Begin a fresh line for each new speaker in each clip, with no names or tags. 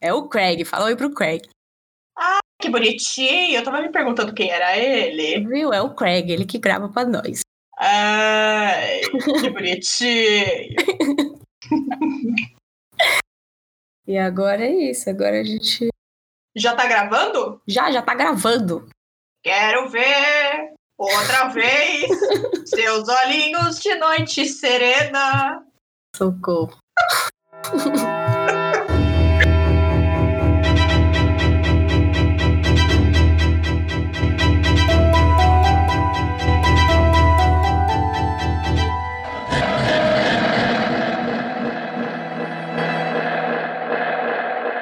É o Craig, fala oi pro Craig.
Ah, que bonitinho. Eu tava me perguntando quem era ele.
Viu? É o Craig, ele que grava pra nós.
Ai, que bonitinho.
e agora é isso, agora a gente.
Já tá gravando?
Já, já tá gravando.
Quero ver outra vez seus olhinhos de noite serena.
Socorro.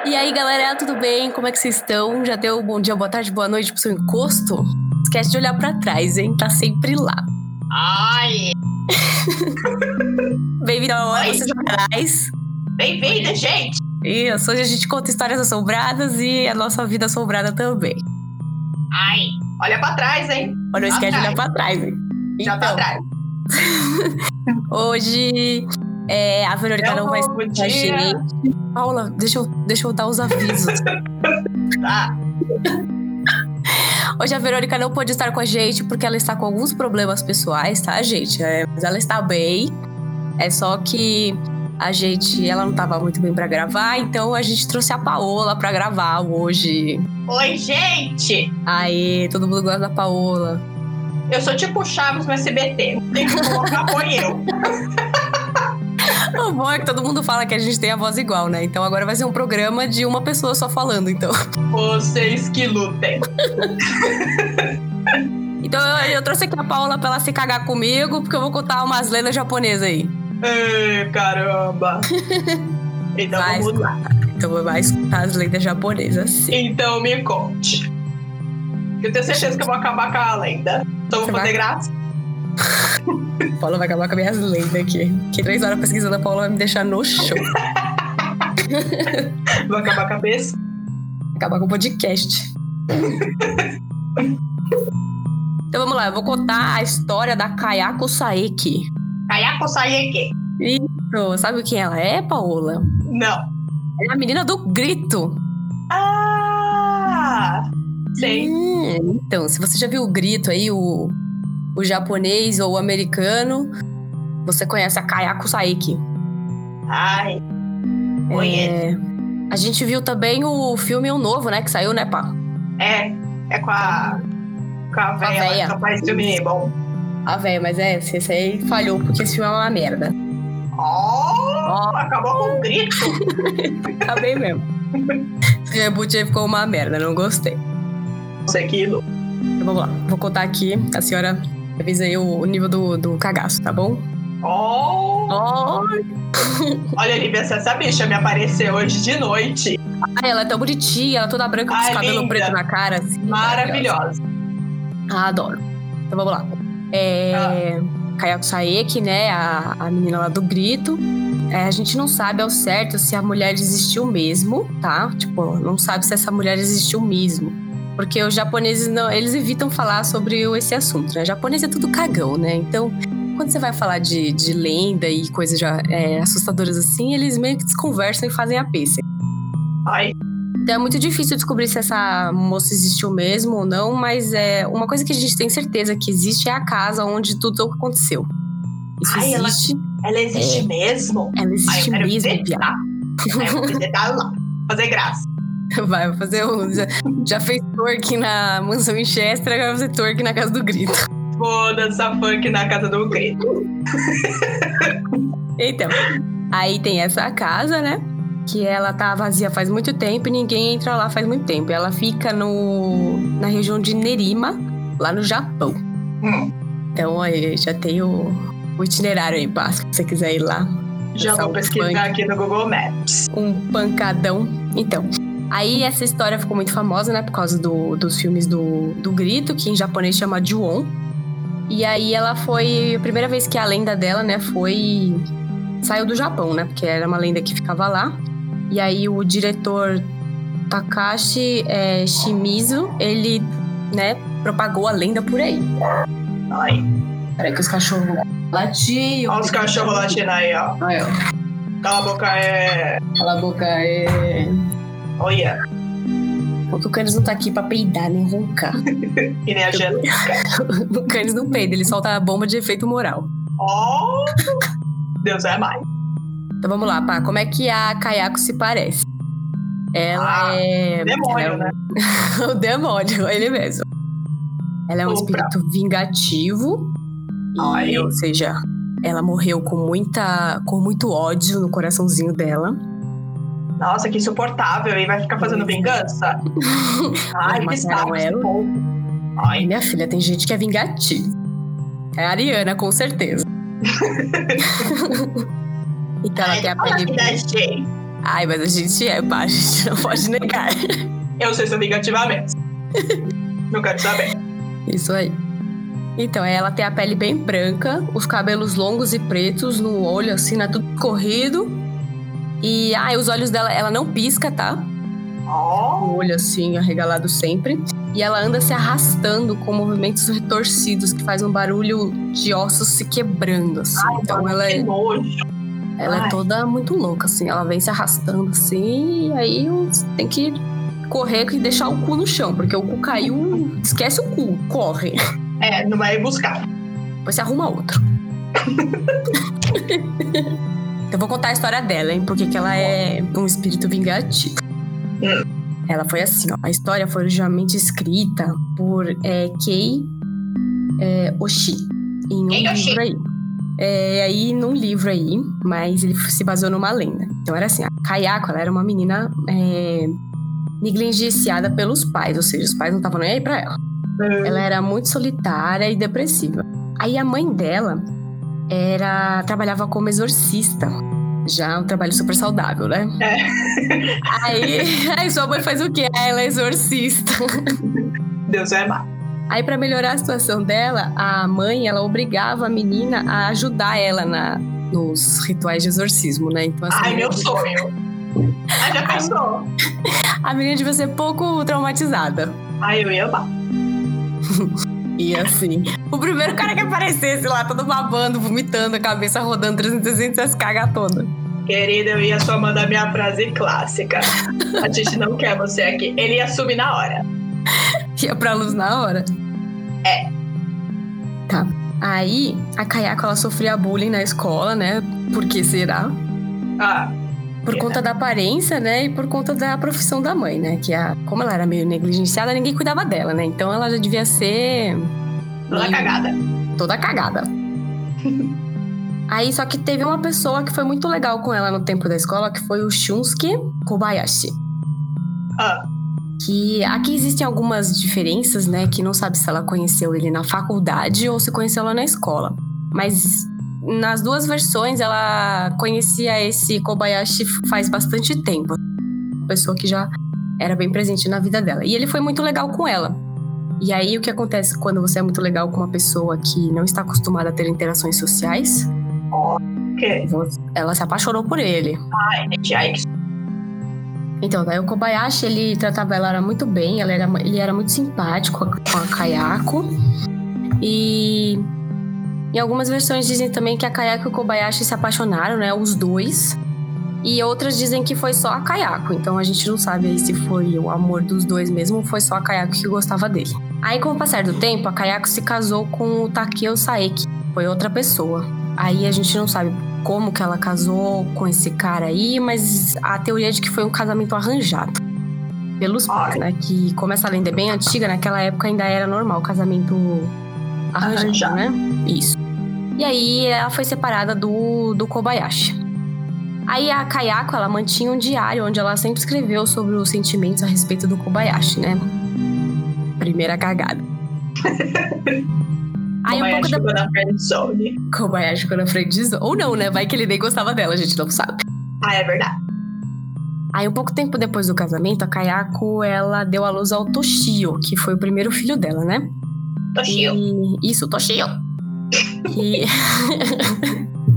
E aí, galera, tudo bem? Como é que vocês estão? Já deu um bom dia, boa tarde, boa noite pro seu encosto? Esquece de olhar para trás, hein? Tá sempre lá.
Ai!
Bem-vindo ao Hora
Oi.
dos Atrás.
Bem-vinda, gente!
Isso, hoje a gente conta histórias assombradas e a nossa vida assombrada também.
Ai! Olha pra trás, hein?
Mas não
Pra
esquece de olhar
trás.
pra trás, hein?
Já tá pra
Então,
trás.
hoje é, a Verônica não vai
novo
estar
Então, dia.
gente. Paula, deixa eu, deixa eu dar os avisos.
Tá.
Hoje a Verônica não pôde estar com a gente porque ela está com alguns problemas pessoais, tá, gente? É, mas ela está bem. É só que a gente, ela não estava muito bem para gravar, então a gente trouxe a Paola para gravar hoje.
Oi, gente!
Aê, todo mundo gosta da Paola.
Eu sou tipo o Chaves no SBT. Tem que colocar põe eu.
O bom é que todo mundo fala que a gente tem a voz igual, né? Então agora vai ser um programa de uma pessoa só falando, então.
Vocês que lutem.
Então eu, eu trouxe aqui a Paola pra ela se cagar comigo, porque eu vou contar umas lendas japonesas aí.
Ei, caramba! Então
Vai.
vamos lá.
Então vai escutar as lendas japonesas, sim.
Então me conte. Eu tenho certeza que eu vou acabar com a lenda. Então
Você
vou
vai-
fazer graça.
Paula vai acabar com minhas lendas aqui. Que três horas pesquisando a Paula vai me deixar no chão.
Vou acabar com a cabeça.
Acabar com o podcast. então vamos lá, eu vou contar a história da Kayako Saeki.
Kayako Sayeke.
Então, sabe quem ela é, Paola?
Não.
Ela é a menina do grito.
Ah! Sei.
Hum, então, se você já viu o grito aí, o, o japonês ou o americano, você conhece a Kayako Saeki.
Ai. Conheço.
É, a gente viu também o filme O Novo, né? Que saiu, né, pá?
É. É com a. Com a véia. lá,
véia.
que só faz filme bom.
Ah, velho, mas é, esse esse aí falhou, porque esse filme é uma merda.
Oh!
Ó,
Acabou com o grito.
tá bem mesmo. Esse reboot aí ficou uma merda, não gostei.
Isso aquilo.
Então, vamos lá, vou contar aqui, a senhora avisa aí o, o nível do, do cagaço, tá bom?
Oh!
Ó,
Olha, Lívia, se essa bicha me aparecer hoje de noite.
ai, ela é tão bonitinha, ela é toda branca, com os
Ai,
cabelos
linda.
pretos na cara. Assim,
Maravilhosa.
Ah, adoro. Então vamos lá. É, Kayako Saeki, né? A, a menina lá do grito. É, a gente não sabe ao certo se a mulher existiu mesmo, tá? Tipo, não sabe se essa mulher existiu mesmo. Porque os japoneses, não, eles evitam falar sobre o- esse assunto, né? Japonês é tudo cagão, né? Então, quando você vai falar de, de lenda e coisas já, é, assustadoras assim, eles meio que desconversam e fazem a pêssega.
Ai.
Então é muito difícil descobrir se essa moça existiu mesmo ou não, mas é uma coisa que a gente tem certeza que existe é a casa onde tudo aconteceu. Isso
Ai, ela-
existe,
Ela existe
É.
mesmo?
ela,
Ai, eu
existe
quero
mesmo,
visitar.
piada.
Aí eu né? vou tentar lá. Fazer graça.
Vai vai fazer um. Já, já fez twerk na mansão em Chester, agora vai fazer twerk na casa do grito.
Vou dançar funk na casa do grito.
Então, aí tem essa casa, né? Que ela tá vazia faz muito tempo e ninguém entra lá faz muito tempo. Ela fica no, na região de Nerima, lá no Japão.
Hum.
Então, aí já tem o, o itinerário aí, básico, se você quiser ir lá.
Já
Dançar
vou
um
pesquisar aqui no Google Maps.
um pancadão. Então, aí essa história ficou muito famosa, né? Por causa do- dos filmes do, do grito, que em japonês chama Ju-on. E aí ela foi. A primeira vez que a lenda dela, né, foi. Saiu do Japão, né? Porque era uma lenda que ficava lá. E aí o diretor Takashi eh, Shimizu, ele, né, propagou a lenda por aí.
Ai.
Peraí que os cachorros latiam.
Olha os cachorros latindo aí, ó.
Olha,
Cala a boca, é.
Cala a boca, é.
Olha,
O Tucanes não tá aqui pra peidar nem roncar.
que nem a Jana.
O Tucanes não peida, ele solta a bomba de efeito moral.
Oh! Deus é mais.
Então vamos lá, pá. Como é que a Kayako se parece? Ela
Ah,
é. ela é
Demônio,
um-
né?
o demônio, ele mesmo. Ela é um
Supra.
espírito vingativo. e,
Ai.
ou seja, ela morreu com muita. com muito ódio no coraçãozinho dela.
Nossa, que insuportável. E vai ficar fazendo vingança? Ai, que
Mataram
saco. esse
ela.
povo. Ai,
Ai, minha filha, tem gente que é vingativa. É a Ariana, com certeza. então ela
ai,
tem a
fala
pele.
que dá jeito.
Ai, mas a gente é, pá, a gente não pode negar.
Eu sei se vingativamente. Não quero saber.
Isso aí. Então, ela tem a pele bem branca, os cabelos longos e pretos no olho, assim, né? Tudo corrido. E, ai, os olhos dela, ela não pisca, tá?
Oh,
O olho, assim, arregalado sempre. E ela anda se arrastando com movimentos retorcidos, que faz um barulho de ossos se quebrando, assim. então, ela
que
é,
nojo.
ela é
ai.
toda muito louca, assim. Ela vem se arrastando, assim, e aí os- tem que correr e deixar o cu no chão, porque o cu caiu, esquece o cu, corre.
É, não vai buscar.
Depois você arruma outro. Eu vou contar a história dela, hein? Porque que ela é um espírito vingativo. Ela foi assim, ó. A história foi originalmente escrita por é, Kei é, Oshi. Em um
Kei
livro
Oshi.
aí. É, aí, num livro aí, mas ele se baseou numa lenda. Então era assim, a Kayako, ela era uma menina é, negligenciada pelos pais. Ou seja, os pais não estavam nem aí pra ela. Ela era muito solitária e depressiva. Aí a mãe dela era trabalhava como exorcista. Já um trabalho super saudável, né?
É.
Aí, aí sua mãe faz o quê? Ah, Ela é exorcista.
Deus é mais.
Aí pra melhorar a situação dela, a mãe, ela obrigava a menina a ajudar ela na nos rituais de exorcismo, né? Então assim,
Ai, meu sonho. Ai, já pensou?
a menina devia ser pouco traumatizada.
Ai, eu ia amar.
E assim, o primeiro cara que aparecesse lá, todo babando, vomitando, a cabeça rodando 360, as cagas toda.
Querida, eu ia só mandar minha frase clássica. A gente não quer você aqui. Ele ia subir na hora.
Ia pra luz na hora.
É.
Tá. Aí, a Kayako, ela sofria bullying na escola, né? Por que será?
Ah,
Por
É.
conta da aparência, né? E por conta da profissão da mãe, né? Que a, como ela era meio negligenciada, ninguém cuidava dela, né? Então ela já devia ser
toda
Meio-
cagada.
toda cagada. Aí, só que teve uma pessoa que foi muito legal com ela no tempo da escola, que foi o Shunsuke Kobayashi.
Ah.
Que aqui existem algumas diferenças, né? Que não sabe se ela conheceu ele na faculdade ou se conheceu lá na escola. Mas nas duas versões, ela conhecia esse Kobayashi faz bastante tempo. Uma pessoa que já era bem presente na vida dela. E ele foi muito legal com ela. E aí, o que acontece quando você é muito legal com uma pessoa que não está acostumada a ter interações sociais?
Que?
Ela se apaixonou por ele.
Ai, gente, ai, que
Então, daí o Kobayashi, ele tratava ela muito bem, ela era, ele era muito simpático com a Kayako. E em algumas versões dizem também que a Kayako e o Kobayashi se apaixonaram, né? Os dois. E outras dizem que foi só a Kayako. Então a gente não sabe aí se foi o amor dos dois mesmo ou foi só a Kayako que gostava dele. Aí, com o passar do tempo, a Kayako se casou com o Takeo Saeki. Foi outra pessoa. Aí a gente não sabe como que ela casou com esse cara aí, mas a teoria é de que foi um casamento arranjado. Pelos pais, né? Que como essa lenda é bem antiga, naquela época ainda era normal casamento arranjado,
Arranjado.
né? Isso. E aí ela foi separada do, do Kobayashi. Aí a Kayako, ela mantinha um diário onde ela sempre escreveu sobre os sentimentos a respeito do Kobayashi, né? Primeira cagada. Aí um
mamãe
pouco da
chegou na friend zone.
Kobayashi ficou na frente de Zou. Ou não, né? Vai que ele nem gostava dela, a gente não sabe.
Ah, é verdade.
Aí, um pouco tempo depois do casamento, a Kayako, ela deu à luz ao Toshio, que foi o primeiro filho dela, né?
Tô chill.
E... Isso, Toshio. E...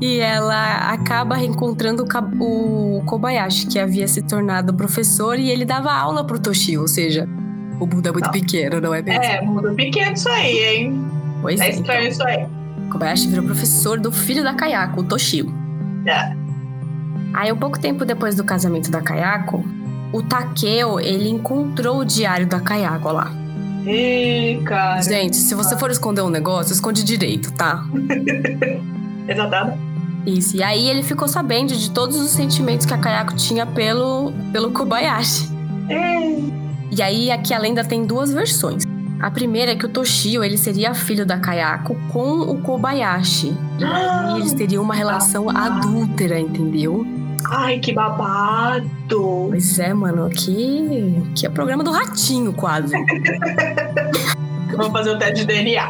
e ela acaba reencontrando o, Ka- o Kobayashi, que havia se tornado professor, e ele dava aula pro Toshio, ou seja... O Buda é muito
Tá.
pequeno, não é mesmo?
É, mundo pequeno isso aí, hein?
pois
É
é.
estranho isso aí.
Kobayashi virou professor do filho da Kayako, o Toshio.
É.
Aí, um pouco tempo depois do casamento da Kayako, o Takeo, ele encontrou o diário da Kayako lá.
Ih, cara.
Gente, se você for esconder um negócio, esconde direito, tá?
Exatada.
Isso. E aí ele ficou sabendo de todos os sentimentos que a Kayako tinha pelo, pelo Kobayashi.
Ih,
E aí aqui a lenda tem duas versões. A primeira é que o Toshio ele seria filho da Kayako com o Kobayashi. E eles teriam uma relação adúltera, entendeu?
Ai, que babado.
Pois é, mano, aqui, aqui é programa do ratinho, quase.
Vamos fazer o teste de DNA.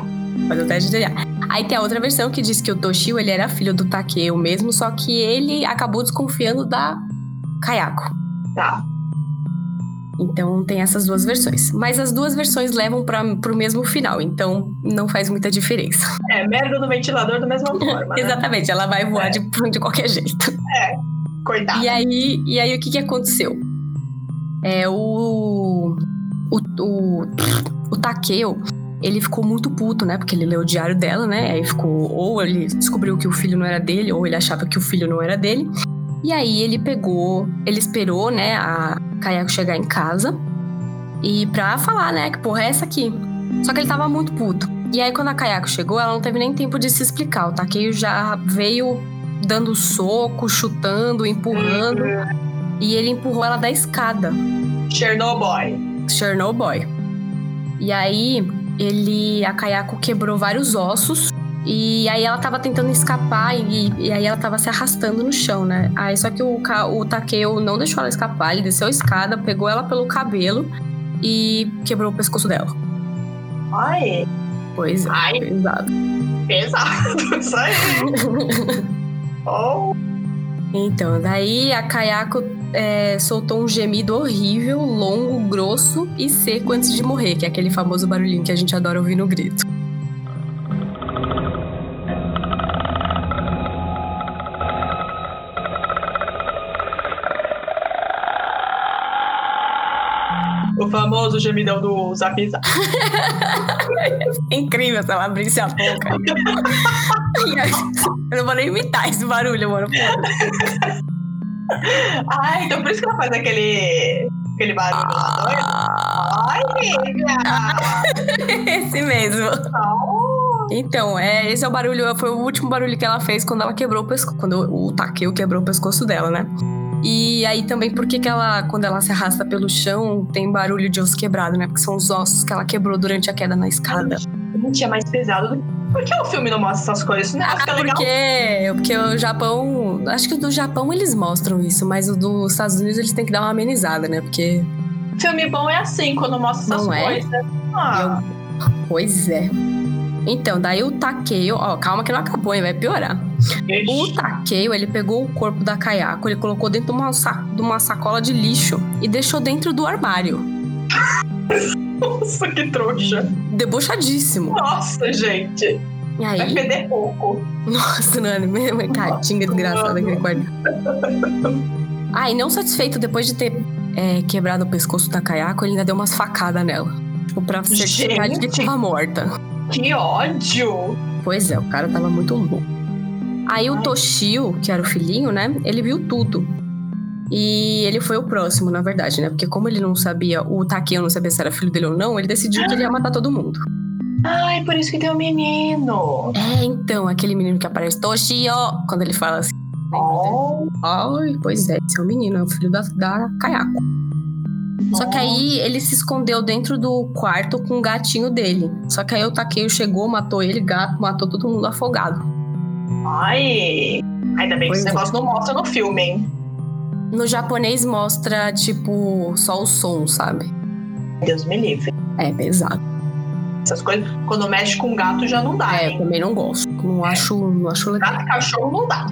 Fazer o teste de DNA. Aí tem a outra versão que diz que o Toshio ele era filho do Takeo mesmo, só que ele acabou desconfiando da Kayako.
Tá.
Então tem essas duas versões. Mas as duas versões levam para pro mesmo final, então não faz muita diferença.
É, merda no ventilador da mesma forma. né?
Exatamente, ela vai voar
É. Tá.
de, de qualquer jeito.
Coitado.
E aí, e aí o que, que aconteceu? É o o o, o Takeo, ele ficou muito puto, né? Porque ele leu o diário dela, né? Aí ficou ou ele descobriu que o filho não era dele, ou ele achava que o filho não era dele. E aí ele pegou, ele esperou, né, a Kayako chegar em casa e pra falar, né, que porra é essa aqui. Só que ele tava muito puto. E aí quando a Kayako chegou, ela não teve nem tempo de se explicar. O Takeo já veio dando soco, chutando, empurrando. E ele empurrou ela da escada,
Chernobyl.
Chernobyl. E aí, ele, a Kayako quebrou vários ossos. E aí ela tava tentando escapar e, e aí ela tava se arrastando no chão, né? Aí só que o, Ka- o Takeo não deixou ela escapar, ele desceu a escada, pegou ela pelo cabelo e quebrou o pescoço dela.
Ai,
Pois é,
Ai.
exato.
pesado isso aí. Oh,
Então, daí a Kayako é, soltou um gemido horrível, longo, grosso e seco antes de morrer, que é aquele famoso barulhinho que a gente adora ouvir no grito.
o famoso gemidão do Zap Zap.
É incrível se ela abrisse a boca. E aí, eu não vou nem imitar esse barulho, mano.
Ai, então por isso que ela faz aquele. aquele barulho lá. Olha. Ai, amiga.
é Esse mesmo.
Oh.
Então, é, esse é o barulho, foi o último barulho que ela fez quando ela quebrou o pescoço. Quando o Takeo quebrou o pescoço dela, né? E aí também, por que, que ela, quando ela se arrasta pelo chão, tem barulho de osso quebrado, né? Porque são os ossos que ela quebrou durante a queda na escada.
Gente, é mais pesado do que. Por que o filme não mostra essas coisas? Isso não é
Ah,
fica legal.
porque, porque o Japão. Acho que o do Japão eles mostram isso, mas o dos Estados Unidos eles têm que dar uma amenizada, né? Porque
Filme bom é assim, quando mostra essas
Não é?
coisas. Ah,
Pois é. Então, daí o Takeo, ó, calma que não acabou, hein, vai piorar. O
ixi.
Takeo, ele pegou o corpo da Kayako, ele colocou dentro de uma, sa- de uma sacola de lixo e deixou dentro do armário.
Nossa, que trouxa.
Debochadíssimo.
Nossa, gente.
E
Vai
aí,
perder pouco.
nossa, Nani, mesmo, tadinha desgraçada aquele quarto. Ah, e não satisfeito, depois de ter é, quebrado o pescoço da Kayako, ele ainda deu umas facadas nela. Tipo, pra certificar de que
Gente.
tava morta.
Que ódio!
Pois é, o cara tava muito louco. Aí o
Ai.
Toshio, que era o filhinho, né? Ele viu tudo. E ele foi o próximo, na verdade, né? Porque como ele não sabia, o Takeo não sabia se era filho dele ou não, ele decidiu que ele ia matar todo mundo.
Ai, por isso que tem um menino.
É, então, aquele menino que aparece, Toshio, quando ele fala assim.
Oh,
Ai, pois é, esse é o menino, é o filho da, da Kayako. Só que aí ele se escondeu dentro do quarto com o gatinho dele. Só que aí o Takeo chegou, matou ele, gato, matou todo mundo afogado.
Ai. Ainda bem que
Pois
esse
é.
negócio não mostra no filme, hein?
No japonês mostra, tipo, só o som, sabe?
Deus me livre.
É pesado.
Essas coisas, quando mexe com gato já não dá,
É, eu
hein?
também não gosto. Não acho, não acho legal.
Gato e cachorro não dá.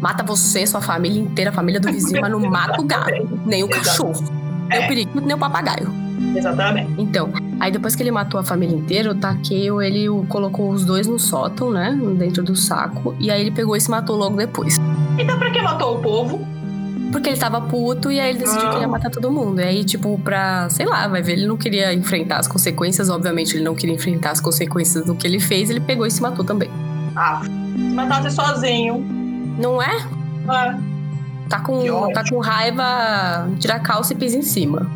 Mata você, sua família inteira, a família do vizinho, mas não mata o gato, nem o
Exato.
cachorro, nem
É.
o periquito, nem o papagaio.
Exatamente.
Então, aí depois que ele matou a família inteira, o Takeo, ele o- colocou os dois no sótão, né? Dentro do saco. E aí ele pegou e se matou logo depois.
Então pra que matou o povo?
Porque ele tava puto e aí ele decidiu
Ah.
que ele ia matar todo mundo. E aí, tipo, pra, sei lá, vai ver, ele não queria enfrentar as consequências, obviamente ele não queria enfrentar as consequências do que ele fez, ele pegou e se matou também.
Ah, se matasse sozinho.
Não é?
Ah,
Tá com,
Que ódio.
tá com raiva, tira a calça e pisa em cima.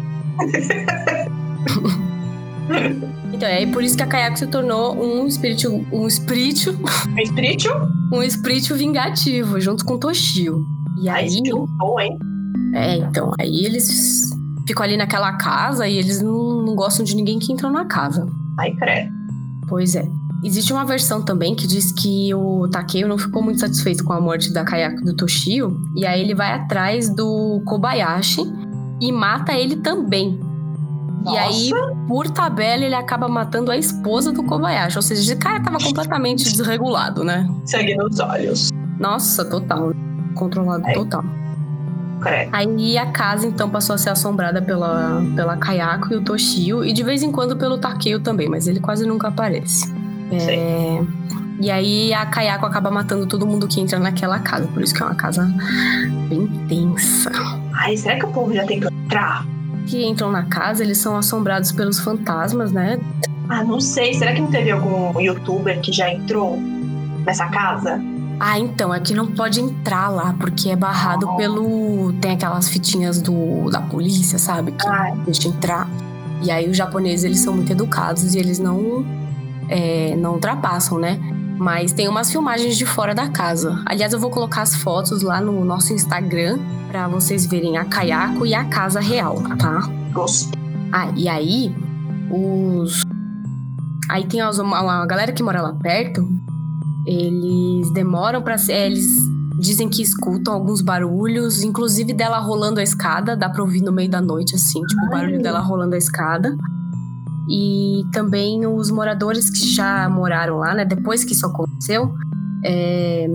então, é por isso que a Kayako se tornou um espírito, um espírito,
É espírito?
um espírito vingativo, junto com Toshio. E
Aí,
aí,
É espírito bom, hein?
é, então, aí eles ficam ali naquela casa e eles não, não gostam de ninguém que entrou na casa.
Ai, credo.
Pois é. Existe uma versão também que diz que o Takeo não ficou muito satisfeito com a morte da Kayako e do Toshio, e aí ele vai atrás do Kobayashi e mata ele também. E aí,
Nossa,
por tabela, ele acaba matando a esposa do Kobayashi. Ou seja, esse cara tava completamente desregulado, né?
sangue nos olhos.
Nossa, total. Controlado
É.
total.
Credo.
Aí a casa então passou a ser assombrada pela, pela Kayako e o Toshio, e de vez em quando pelo Takeo também, mas ele quase nunca aparece. É, E aí a Kayako acaba matando todo mundo que entra naquela casa, por isso que é uma casa bem tensa.
Ai, será que o povo já tentou entrar?
Que entram na casa, eles são assombrados pelos fantasmas, né?
Ah, não sei. Será que não teve algum youtuber que já entrou nessa casa?
Ah, então, é que não pode entrar lá, porque é barrado pelo. Tem aquelas fitinhas do, da polícia, sabe? Que
Ah,
não deixa entrar. E aí os japoneses, eles são muito educados e eles não, é, não ultrapassam, né? Mas tem umas filmagens de fora da casa. Aliás, eu vou colocar as fotos lá no nosso Instagram pra vocês verem a Kayako e a casa real, tá?
gosto.
Ah, e aí, os. Aí tem as- uma, uma galera que mora lá perto, eles demoram pra. se- é, Eles dizem que escutam alguns barulhos, inclusive dela rolando a escada, dá pra ouvir no meio da noite, assim, tipo, o barulho
Ai.
dela rolando a escada. E também os moradores que já moraram lá, né, depois que isso aconteceu, é,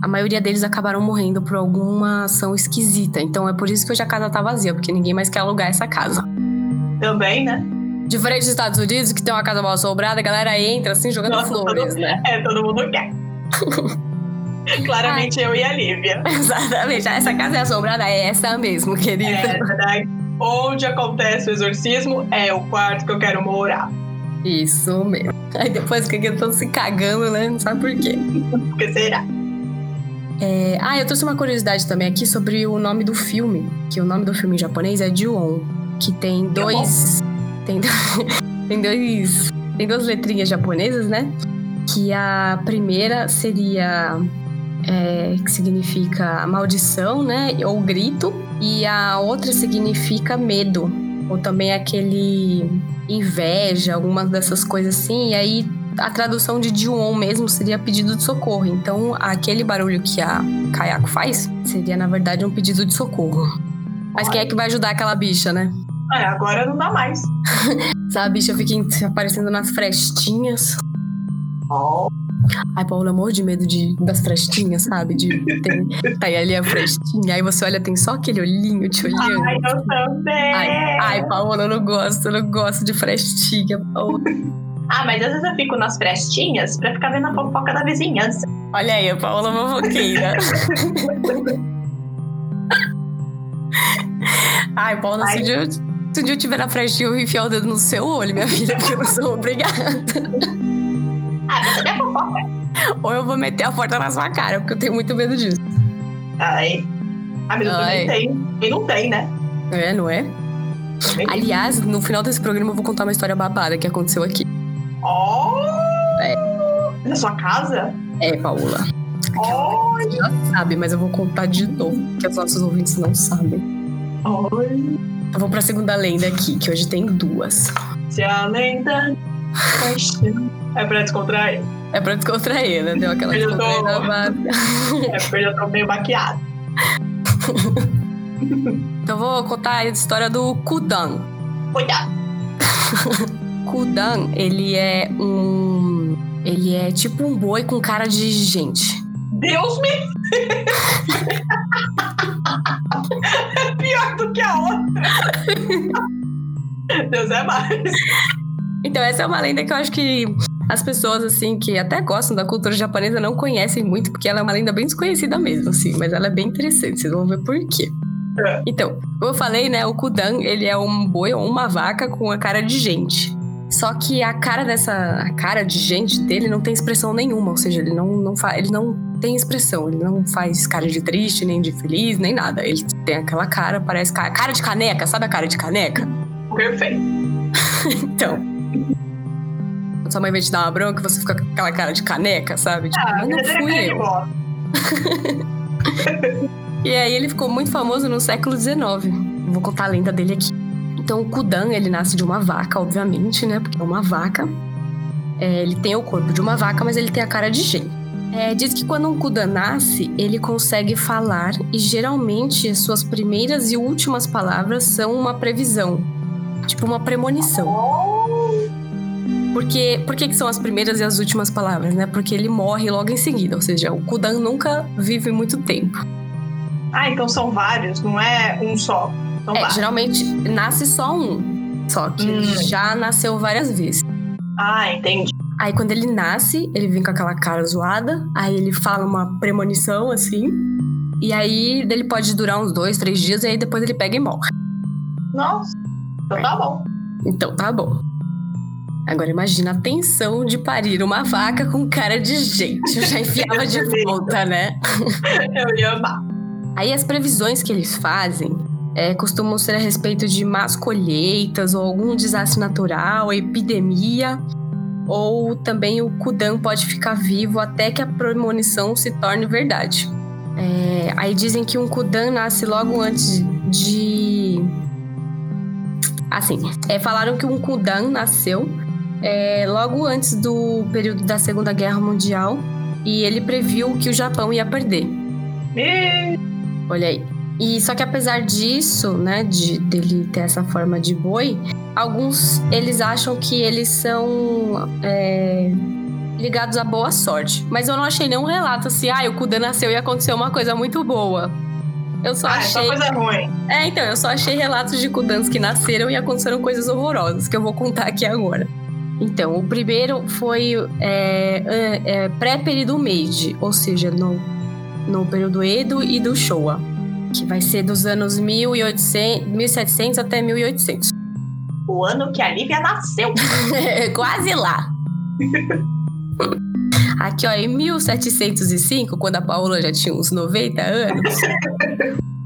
a maioria deles acabaram morrendo por alguma ação esquisita. Então é por isso que hoje a casa tá vazia, porque ninguém mais quer alugar essa casa.
Também, né?
Diferente dos Estados Unidos, que tem uma casa mal assombrada, a galera entra assim jogando
Nossa,
flores,
todo-
né?
É, todo mundo quer. Claramente eu e a Lívia.
Exatamente. Ah, Essa casa é assombrada, é essa mesmo, querida.
É, né? Onde acontece o exorcismo é o quarto que eu quero morar.
Isso mesmo. Aí depois que eu tô se cagando, né? Não sabe por quê.
Porque será?
É, Ah, eu trouxe uma curiosidade também aqui sobre o nome do filme, que o nome do filme em japonês é Ju-on, que tem dois. Tem, do- tem dois. Tem duas letrinhas japonesas, né? Que a primeira seria. é, que significa maldição, né? Ou grito. E a outra significa medo. Ou também aquele inveja, algumas dessas coisas assim. E aí a tradução de Ju-on mesmo seria pedido de socorro. Então aquele barulho que a Kayako faz seria, na verdade, um pedido de socorro. Mas quem é que vai ajudar aquela bicha, né?
É, agora não dá mais.
Sabe, a bicha fica em- aparecendo nas frestinhas.
Ó,
Ai, Paula, morro de medo de, das frestinhas, sabe? De ter, tá aí ali a frestinha. Aí você olha, tem só aquele olhinho te olhando.
Ai, é. eu também.
Ai, ai, Paola, eu não gosto, eu não gosto de frestinha, Paola.
Ah, mas às vezes eu fico nas frestinhas pra ficar vendo a fofoca da vizinhança.
Olha aí, a Paola Fofoqueira. Ai, Paula, se
Ai.
um dia, eu- se um dia eu tiver na frente, eu vou enfiar o dedo no seu olho, minha filha, porque eu não sou obrigada.
Ah, mas cadê a fofoca?
Ou eu vou meter a porta na sua cara, porque eu tenho muito medo disso. tá
Ai. Ah, mas eu
Ai.
também tenho. E não tem, né?
É, não é?
Também tem.
Aliás, no final desse programa eu vou contar uma história babada que aconteceu aqui.
Ó!
É.
Oh! Na sua casa?
É, Paola.
Ó!
Você já sabe, mas eu vou contar de novo, porque os nossos ouvintes não sabem.
Olha
Eu vou pra segunda lenda aqui, que hoje tem duas.
se a lenda. É pra descontrair.
É pra descontrair, né? Deu aquela
Eu tô-
descontraída babada.
É porque eu já tô meio maquiada.
Então vou contar a história do Kudan.
Cuidado.
Kudan, ele é um. Ele é tipo um boi com cara de gente.
Deus me. É Pior do que a outra. Deus é mais.
Então, essa é uma lenda que eu acho que as pessoas, assim, que até gostam da cultura japonesa não conhecem muito, porque ela é uma lenda bem desconhecida mesmo, assim, mas ela é bem interessante, vocês vão ver por quê.
É.
Então, como eu falei, né, o Kudan, ele é um boi ou uma vaca com a cara de gente. Só que a cara dessa, a cara de gente dele não tem expressão nenhuma, ou seja, ele não, não, fa, ele não tem expressão, ele não faz cara de triste, nem de feliz, nem nada. Ele tem aquela cara, parece ca- cara de caneca, sabe a cara de caneca?
Perfeito.
Então. Sua mãe vai te dar uma bronca e você fica com aquela cara de caneca, sabe? Tipo,
Ah,
eu não
verdadeira cara
fui
de
eu.
bola.
E aí ele ficou muito famoso no século XIX. Vou contar a lenda dele aqui. Então o Kudan, ele nasce de uma vaca, obviamente, né? Porque é uma vaca. É, ele tem o corpo de uma vaca, mas ele tem a cara de gente. É, diz que quando um Kudan nasce, ele consegue falar e geralmente as suas primeiras e últimas palavras são uma previsão. Tipo uma premonição.
Oh,
Porque, por que, que são as primeiras e as últimas palavras, né? Porque ele morre logo em seguida, ou seja, o Kudan nunca vive muito tempo.
Ah, então são vários, não é um só. Então
É,
vários.
geralmente nasce só um, só que
Hum.
já nasceu várias vezes.
Ah, entendi.
Aí quando ele nasce, ele vem com aquela cara zoada, aí ele fala uma premonição assim, e aí ele pode durar uns dois, três dias, e aí depois ele pega e morre.
Nossa, então tá bom.
Então tá bom. Agora imagina a tensão de parir uma vaca com cara de gente. Eu já enfiava de volta, né?
Eu ia amar.
Aí as previsões que eles fazem é, costumam ser a respeito de más colheitas ou algum desastre natural, epidemia, ou também o Kudan pode ficar vivo até que a premonição se torne verdade. É, aí dizem que um Kudan nasce logo antes de. Assim, é, falaram que um Kudan nasceu é, logo antes do período da Segunda Guerra Mundial e ele previu que o Japão ia perder.
Ih,
Olha aí. E só que apesar disso, né, de dele ter essa forma de boi, alguns eles acham que eles são é, ligados à boa sorte. Mas eu não achei nenhum relato assim, ah, o Kuda nasceu e aconteceu uma coisa muito boa. Eu só
Ah, é só
achei.
coisa ruim.
É, então, eu só achei relatos de Kudans que nasceram e aconteceram coisas horrorosas, que eu vou contar aqui agora. Então, o primeiro foi é, é, é, pré-período Meiji, ou seja, no, no período Edo e do Showa, que vai ser dos anos 1800, 1700 até 1800.
O ano que a Lívia nasceu.
Quase lá. Aqui, ó, em 1705, quando a Paola já tinha uns 90 anos,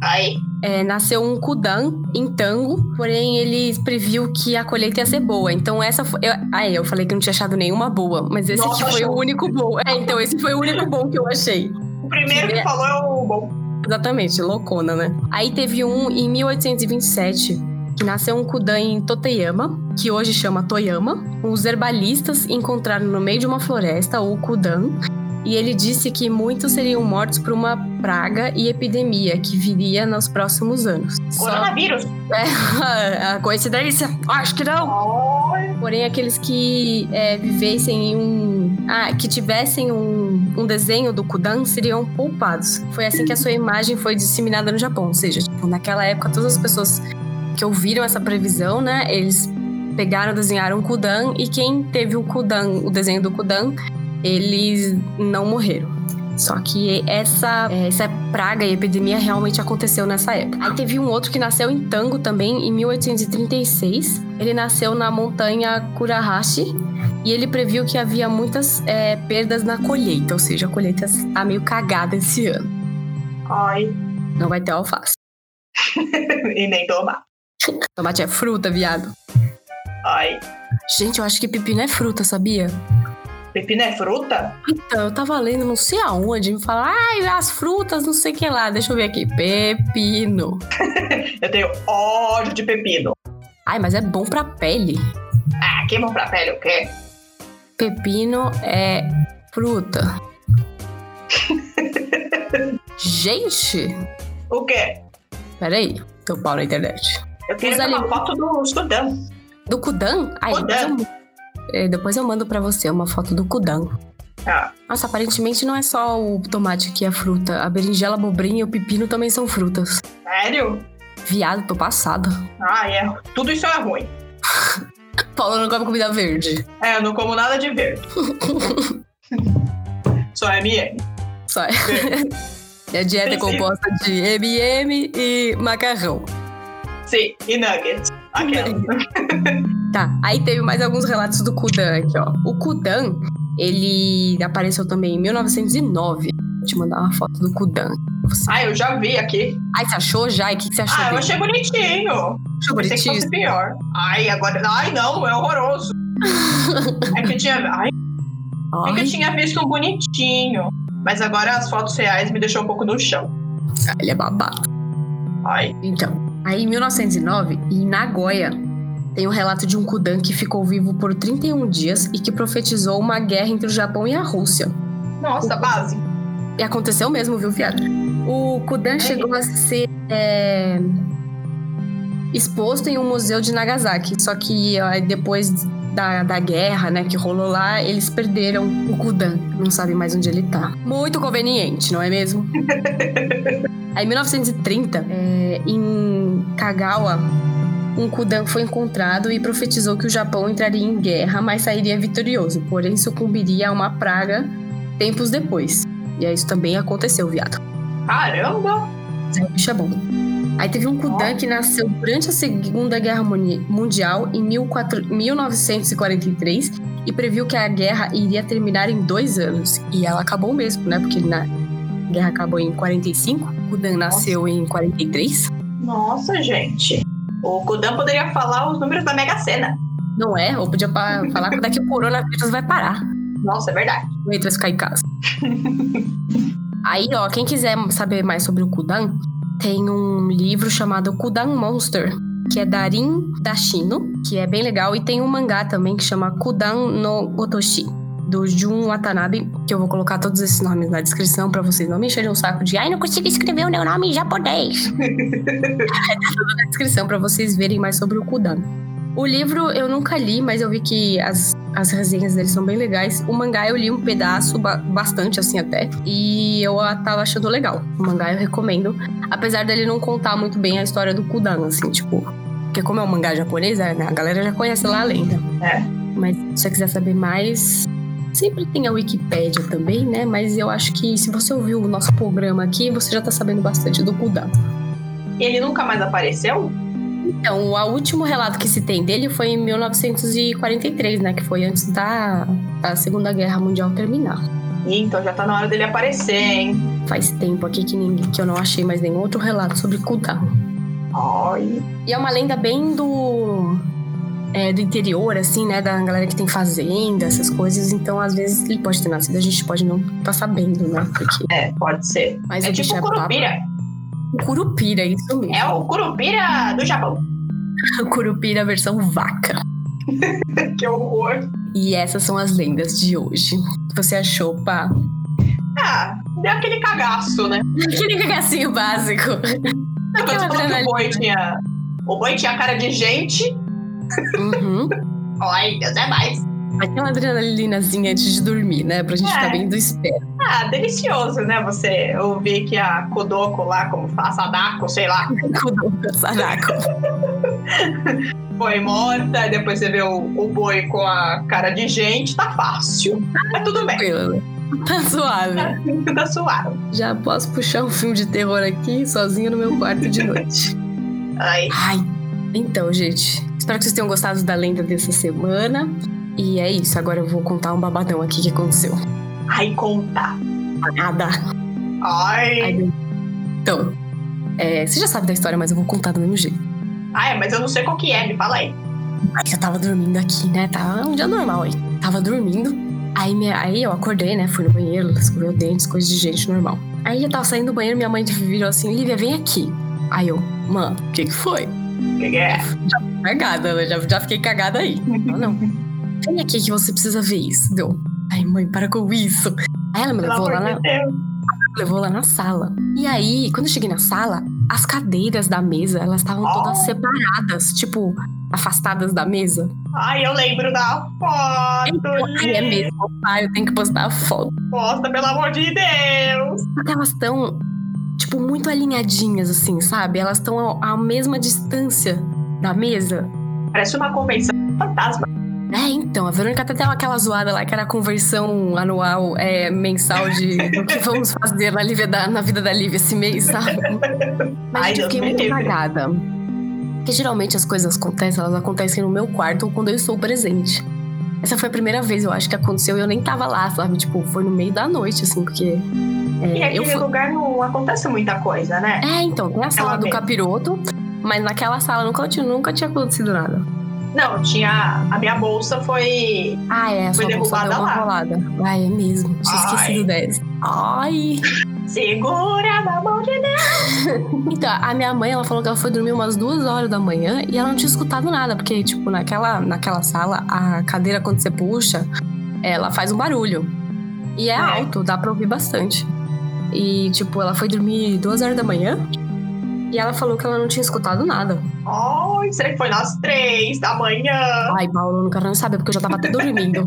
Aí.
É, nasceu um Kudan em Tango, porém ele previu que a colheita ia ser boa. Então essa foi. Eu, ah, é, eu falei que não tinha achado nenhuma boa, mas esse
Nossa,
aqui foi
achou.
o único bom. É, então esse foi o único bom que eu achei.
O primeiro que
Primeiro.
falou é o bom.
Exatamente, loucona, né? Aí teve um em 1827, que nasceu um Kudan em Toteyama, que hoje chama Toyama. Os herbalistas encontraram no meio de uma floresta o Kudan, e ele disse que muitos seriam mortos por uma praga e epidemia que viria nos próximos anos. Só
Coronavírus.
a coincidência? Acho que não.
Olha.
Porém, aqueles que é, vivessem em um. Ah, que tivessem um, um desenho do Kudan seriam poupados. Foi assim que a sua imagem foi disseminada no Japão. Ou seja, tipo, naquela época, todas as pessoas que ouviram essa previsão, né? Eles pegaram, desenharam o Kudan e quem teve o Kudan, o desenho do Kudan, eles não morreram. Só que essa, eh, essa praga e epidemia realmente aconteceu nessa época. Aí teve um outro que nasceu em Tango também, em 1836. Ele nasceu na montanha Kurahashi e ele previu que havia muitas eh, perdas na colheita, ou seja, a colheita tá meio cagada esse ano.
Ai.
Não vai ter alface.
e nem tomar.
Tomate é fruta, viado.
Ai.
Gente, eu acho que pepino é fruta, sabia?
Pepino é fruta?
Então, eu tava lendo não sei aonde, me falaram, ai, as frutas, não sei o que lá. Deixa eu ver aqui. Pepino.
Eu tenho ódio de pepino.
Ai, mas é bom pra pele.
Ah, queima pra pele o quê?
Pepino é fruta. Gente,
O quê?
peraí. Tô pau na internet.
Eu queria
Os
ver uma
alim-
foto do Sudão.
Do Kudan? Ai, depois eu,
Kudan.
é, depois eu mando pra você uma foto do Kudan.
Ah,
Nossa, aparentemente não é só o tomate que é fruta. A berinjela, a abobrinha e o pepino também são frutas.
sério?
Viado, tô passada.
Ah, é. Tudo isso é ruim.
Paula não come comida verde.
É, eu não como nada de verde. Só é minha.
Só Minha dieta é
Sim.
composta de M&M e macarrão.
Sim, e nuggets. Aquela.
Tá, aí teve mais alguns relatos do Kudan aqui, ó. O Kudan, ele apareceu também em 1909. Vou te mandar uma foto do Kudan. Você...
Ah, eu já vi aqui.
Ai, você achou já? E o que, que você achou
Ah, eu
dele?
achei bonitinho.
Achou Tá
Pensei que
bonitinho?
fosse pior. Ai, agora. Ai, não, é horroroso. é que eu tinha. Ai, é que eu
Ai,
tinha visto um bonitinho. Mas agora as fotos reais me deixou um pouco no chão.
ele é babado.
Ai.
Então, aí em 1909, em Nagoya, tem um relato de um Kudan que ficou vivo por 31 dias e que profetizou uma guerra entre o Japão e a Rússia.
Nossa, base.
E aconteceu mesmo, viu, viado? O Kudan chegou a ser é, exposto em um museu de Nagasaki. Só que ó, depois da, da guerra, né, que rolou lá, eles perderam o Kudan. Não sabem mais onde ele tá. Muito conveniente, não é mesmo? Aí, em 1930, é, em Kagawa, um Kudan foi encontrado e profetizou que o Japão entraria em guerra, mas sairia vitorioso, porém sucumbiria a uma praga tempos depois. E aí isso também aconteceu, viado.
Caramba!
Mas aí O bicho é bom. Aí teve um Kudan que nasceu durante a Segunda Guerra Muni- Mundial em 14 1943 e previu que a guerra iria terminar em dois anos. E ela acabou mesmo, né? Porque na a guerra acabou em 45, o Kudan nasceu em 43.
Nossa, gente. O Kudan poderia falar os números da Mega Sena.
Não é? Ou podia pa- falar quando é que o coronavírus vai parar.
Nossa, é verdade.
O Eito vai ficar em casa. Aí, ó, quem quiser saber mais sobre o Kudan, tem um livro chamado Kudan Monster, que é Darin Dashino, que é bem legal, e tem um mangá também que chama Kudan no Gotoshi, do Jun Watanabe, que eu vou colocar todos esses nomes na descrição pra vocês não me encherem o saco de ai, não consigo escrever o meu nome em japonês. tá tudo na descrição pra vocês verem mais sobre o Kudan. O livro eu nunca li, mas eu vi que as, as resenhas dele são bem legais. O mangá eu li um pedaço, ba- bastante assim até, e eu a- tava achando legal. O mangá eu recomendo, apesar dele não contar muito bem a história do Kudan, assim, tipo. Porque como é um mangá japonês, a a galera já conhece lá a lenda.
É.
Mas se você quiser saber mais, sempre tem a Wikipédia também, né? Mas eu acho que se você ouviu o nosso programa aqui, você já tá sabendo bastante do Kudan.
E ele nunca mais apareceu?
Então, o último relato que se tem dele foi em 1943, né? Que foi antes da, da Segunda Guerra Mundial terminar.
Ih, então já tá na hora dele aparecer, hein?
Faz tempo aqui que, ninguém, que eu não achei mais nenhum outro relato sobre Kudan.
Ai.
E é uma lenda bem do. é, do interior, assim, né? Da galera que tem fazenda, essas coisas. Então, às vezes, ele pode ter nascido, a gente pode não tá sabendo, né? Porque,
É, pode ser.
mas
É
o
tipo
bicho
o
é brabo.
Curupira.
O Curupira, isso mesmo.
É o Curupira do Japão. É.
o Curupira versão vaca.
Que horror.
E essas são as lendas de hoje. O que você achou, pá?
Ah, deu aquele cagaço, né?
Aquele cagacinho assim, básico.
Quando
Aquela
você falou que o
adrenalina.
boi tinha. O boi tinha cara de gente.
Uhum.
Ai, Deus é mais.
Aquela adrenalinazinha antes de dormir, né? Pra gente
É.
ficar bem do esperto.
Ah, delicioso, né? Você ouvir que a Kodoko lá, como fala, Sadako, sei lá,
Kudoka Sadako.
foi morta, e depois você vê o, o boi com a cara de gente, tá fácil. Mas tudo bem,
Tranquilo. Tá suave.
tá suave.
Já posso puxar um filme de terror aqui, sozinho no meu quarto de noite.
Ai,
Ai, então, gente. Espero que vocês tenham gostado da lenda dessa semana. E é isso, agora eu vou contar um babadão aqui que aconteceu.
ai, conta.
Nada. Ai,
Ai,
meu- Então, é, você já sabe da história, mas eu vou contar do mesmo jeito.
ai, mas eu não sei qual que é, me fala aí.
Aí eu tava dormindo aqui, né? Tava um dia normal aí. Tava dormindo. Aí, minha- aí eu acordei, né? Fui no banheiro, escovei os dentes, coisa de gente normal. Aí eu tava saindo do banheiro, minha mãe virou assim, Lívia, vem aqui. Aí eu, mano, o que que foi?
O que, que é?
Cagada, eu já, já fiquei cagada aí. Ela, não. Vem aqui que você precisa ver isso. Deu. Ai, mãe, para com isso. Aí ela me
Pelo
levou lá na,
amor de Deus.
levou lá na sala. E aí, quando eu cheguei na sala, as cadeiras da mesa, elas estavam todas
Oh.
separadas, tipo, afastadas da mesa.
Ai, eu lembro da foto.
Ai, é
gente.
mesmo, pai, eu tenho que postar a foto.
Posta, pelo amor de Deus.
Porque elas estão, tipo, muito alinhadinhas, assim, sabe? Elas estão à mesma distância da mesa.
Parece uma convenção fantasma.
É, então, a Verônica até deu aquela zoada lá que era a conversão anual, é, mensal de o que vamos fazer na, Lívia da- na vida da Lívia esse mês, sabe? Mas
Ai,
gente, eu
Deus
fiquei
me
muito
livre.
cagada. Porque geralmente as coisas acontecem, elas acontecem no meu quarto ou quando eu estou presente. Essa foi a primeira vez, eu acho, que aconteceu e eu nem tava lá, sabe? Tipo, foi no meio da noite, assim, porque
E
É, eu
aquele
fui...
lugar não acontece muita coisa, né?
é então, tem a sala do
vez.
capiroto, mas naquela sala nunca, tinha- nunca tinha acontecido nada.
Não, tinha. A minha bolsa foi.
Ah, é,
Foi
sua bolsa
derrubada
deu uma
lá.
rolada. Ai, é mesmo. Tinha
Ai.
esquecido dessa. Ai.
Segura na mão de
Então, a minha mãe, ela falou que ela foi dormir umas duas horas da manhã e ela não tinha escutado nada, porque, tipo, naquela, naquela sala, a cadeira, quando você puxa, ela faz um barulho. E é, alto, dá pra ouvir bastante. E, tipo, ela foi dormir duas horas da manhã e ela falou que ela não tinha escutado nada.
Ai, será que foi nas três da manhã?
Ai, Paulo, eu não quero nem saber, porque eu já tava até dormindo.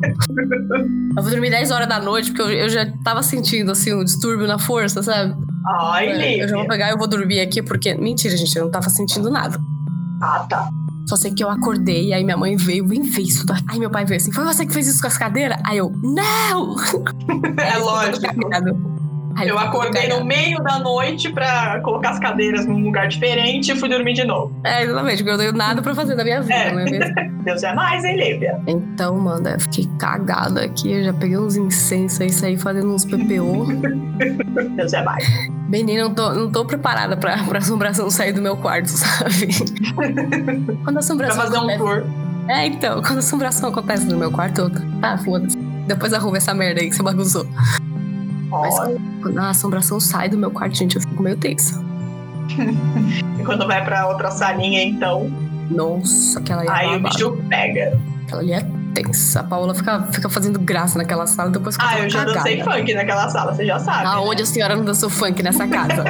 eu vou dormir 10 horas da noite, porque eu, eu já tava sentindo, assim, um distúrbio na força, sabe?
Ai,
eu já vou
Lívia.
pegar e eu vou dormir aqui, porque... Mentira, gente, eu não tava sentindo nada.
Ah, tá.
Só sei que eu acordei, e aí minha mãe veio, vem ver isso daqui. Aí meu pai veio assim, foi você que fez isso com as cadeiras? Aí eu, não!
É
Aí ficou todo
lógico.
cagado. Aí
Eu
ficou todo
acordei no
cagado.
meio da noite pra colocar as cadeiras num lugar diferente e fui dormir de novo.
É, exatamente, porque eu não tenho nada pra fazer da minha vida,
É.
não é mesmo?
Deus é mais, hein, Lívia?
Então, mano, eu fiquei cagada aqui. Eu já peguei uns incensos aí, saí fazendo uns PPO.
Deus é mais.
Menina, eu não tô, não tô preparada pra, pra assombração sair do meu quarto, sabe? Quando a
Pra
assombração
fazer um
acontece-
tour.
É, então, quando a assombração acontece no meu quarto, eu... Ah, foda-se. Depois arruma essa merda aí que você bagunçou. Mas-
Ó,
Quando a assombração sai do meu quarto, gente, eu fico meio tensa.
e quando vai pra outra salinha, então,
Nossa, aquela ali é
aí o
babado.
bicho pega.
Aquela ali é tensa. A Paola fica, fica fazendo graça naquela sala depois que
Ah,
tava
eu já dancei
cagada.
funk naquela sala, você já sabe. né?
Aonde a senhora não dançou funk nessa casa?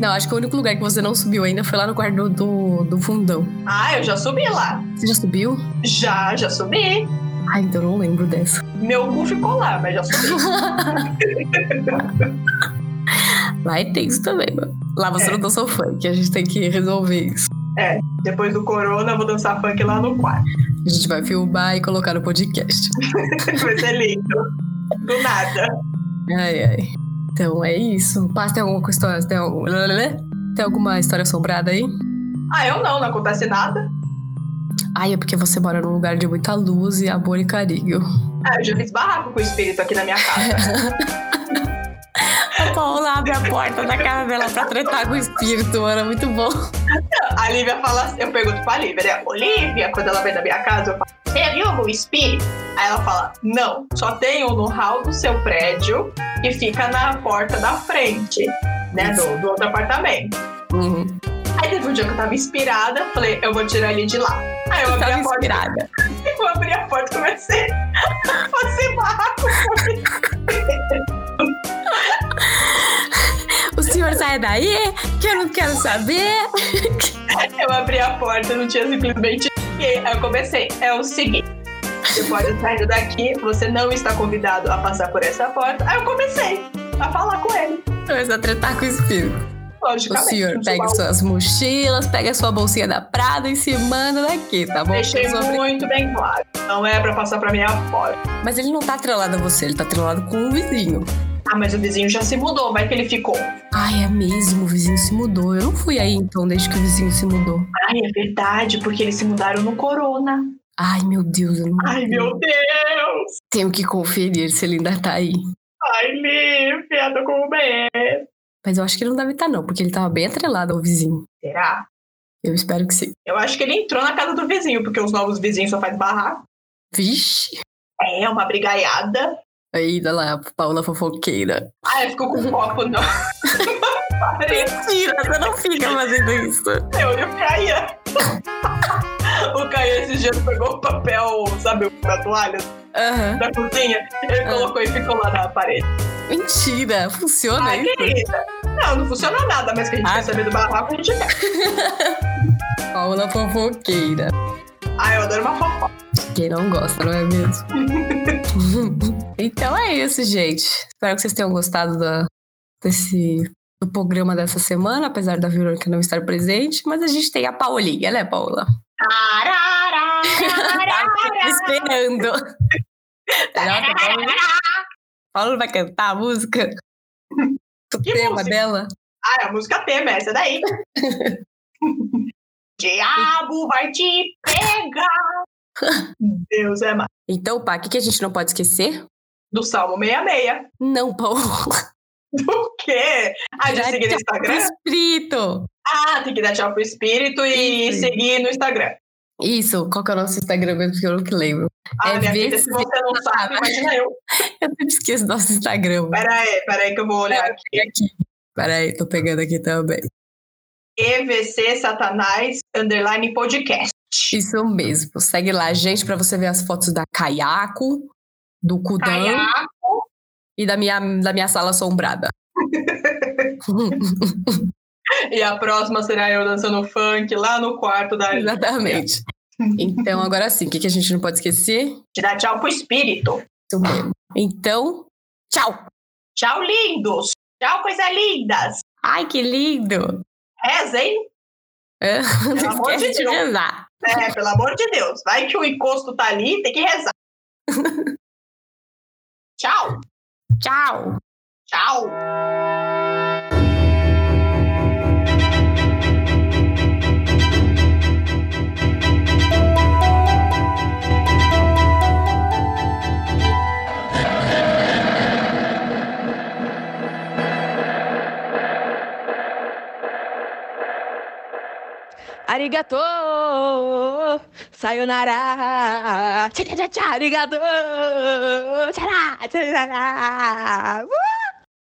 não, acho que o único lugar que você não subiu ainda foi lá no quarto do, do, do fundão.
Ah, eu já subi lá.
Você já subiu?
Já, já subi.
Ai, então eu não lembro dessa.
Meu cu ficou lá, mas já subi.
Lá é tenso também, mano. Lá você
É.
não dançou funk, a gente tem que resolver isso.
Depois do corona, eu vou dançar funk lá no quarto.
A gente vai filmar e colocar no podcast.
Vai ser lindo. Do nada.
Ai, ai. Então é isso. Passa, tem alguma história? Tem, algum... tem alguma história assombrada aí?
Ah, eu não, não acontece nada.
Ai, é porque você mora num lugar de muita luz e amor e carinho.
Ah, eu já fiz barraco com o espírito aqui na minha casa.
A Paula abre a porta da casa dela pra tretar com o espírito, mano. É muito bom.
A Lívia fala assim, eu pergunto pra Lívia, né? Ô, Lívia, quando ela vem da minha casa, eu falo, você viu algum espírito? Aí ela fala, não, só tem um no hall do seu prédio que fica na porta da frente, né? Do, do outro apartamento.
Uhum.
Aí teve um dia que eu tava inspirada, falei, eu vou tirar ele de lá. Aí eu abri
Tava
a porta,
inspirada.
eu abri a porta e comecei a fazer barraco.
O senhor sai daí, que eu não quero saber.
Eu abri a porta, não tinha simplesmente ninguém. Aí eu comecei. É o seguinte. Você pode sair daqui, você não está convidado a passar por essa porta. Aí eu comecei a falar com ele,
Começa a tretar com o espírito. O
logicamente. Tipo,
senhor
Não sou
pega
maluca.
suas mochilas, pega sua bolsinha da Prada e se manda daqui, tá bom?
Deixei
Sua
muito bem claro. Não é pra passar pra minha porta.
Mas ele não tá atrelado a você, ele tá atrelado com o vizinho.
Ah, mas o vizinho já se mudou, vai que ele ficou.
Ai, é mesmo, o vizinho se mudou. Eu não fui aí então, desde que o vizinho se mudou.
Ai, é verdade, porque eles se mudaram no corona.
Ai, meu Deus, eu não
Ai, meu Deus!
tenho que conferir se ele ainda tá aí.
Ai, Lívia, tô com medo.
Mas eu acho que ele não deve estar, não, porque ele tava bem atrelado ao vizinho.
Será?
Eu espero que sim.
Eu acho que ele entrou na casa do vizinho, porque os novos vizinhos só fazem barraco.
Vixe!
É, uma brigaiada.
Aí, olha lá, a Paula fofoqueira.
Ah, eu fico com um copo, não. Parei,
Mentira, você não fica fazendo isso.
eu e o Caian. O Caian esses dias pegou o papel, sabe, a toalha assim,
Aham.
da cozinha, ele
Ah.
colocou e ficou lá na parede.
Mentira, funciona
Ah,
isso?
querida. Não, não funciona nada, mas que a gente
Ah.
quer saber do barraco, a gente quer.
Paula fofoqueira.
Ah, eu adoro uma fofoca.
Quem não gosta, não é mesmo? então é isso, gente. Espero que vocês tenham gostado da- desse, do programa dessa semana, apesar da Verônica não estar presente. Mas a gente tem a Paulinha, né, Paula? Tá esperando. Nossa, Paula, Paula não vai cantar a música? O
Que
tema
música?
dela?
Ah, é a música tema, é essa daí. Diabo vai te pegar. Deus é mais.
Então, pá, o que, que a gente não pode esquecer?
Do Salmo 66.
Não, Paula.
Do quê? Ah, de
Dá
seguir no
tchau pro
Instagram?
espírito.
Ah, tem que dar tchau pro espírito e
Isso.
seguir no Instagram.
Isso, qual que é o nosso Instagram mesmo que eu não que lembro?
Ah,
É
minha
ver
filha, se
se-
você não sabe, imagina eu.
Eu sempre esqueço nosso Instagram.
Peraí, peraí que eu vou olhar aqui.
Peraí, tô pegando aqui também.
EVC Satanás Underline Podcast.
Isso mesmo. Segue lá, gente, pra você ver as fotos da Kayako, do Kudan
Caiá,
e da minha, da minha sala assombrada.
E a próxima será eu dançando funk lá no quarto da Aline.
Exatamente. Então, agora sim, o que, que a gente não pode esquecer?
Te dá tchau pro espírito.
Isso mesmo. Então, tchau!
Tchau, lindos. Tchau, coisa lindas.
Ai, que lindo!
Rezem.
É,
Pelo
Não
amor de
esquece de
Deus.
rezar.
É, pelo amor de Deus. Vai que o encosto tá ali, tem que rezar. tchau.
Tchau!
Tchau.
Arigato! Sayonara! Tchá, tchá, tchá, tchá, arigato! Tchá, tchá, tchá, tchá. Uh!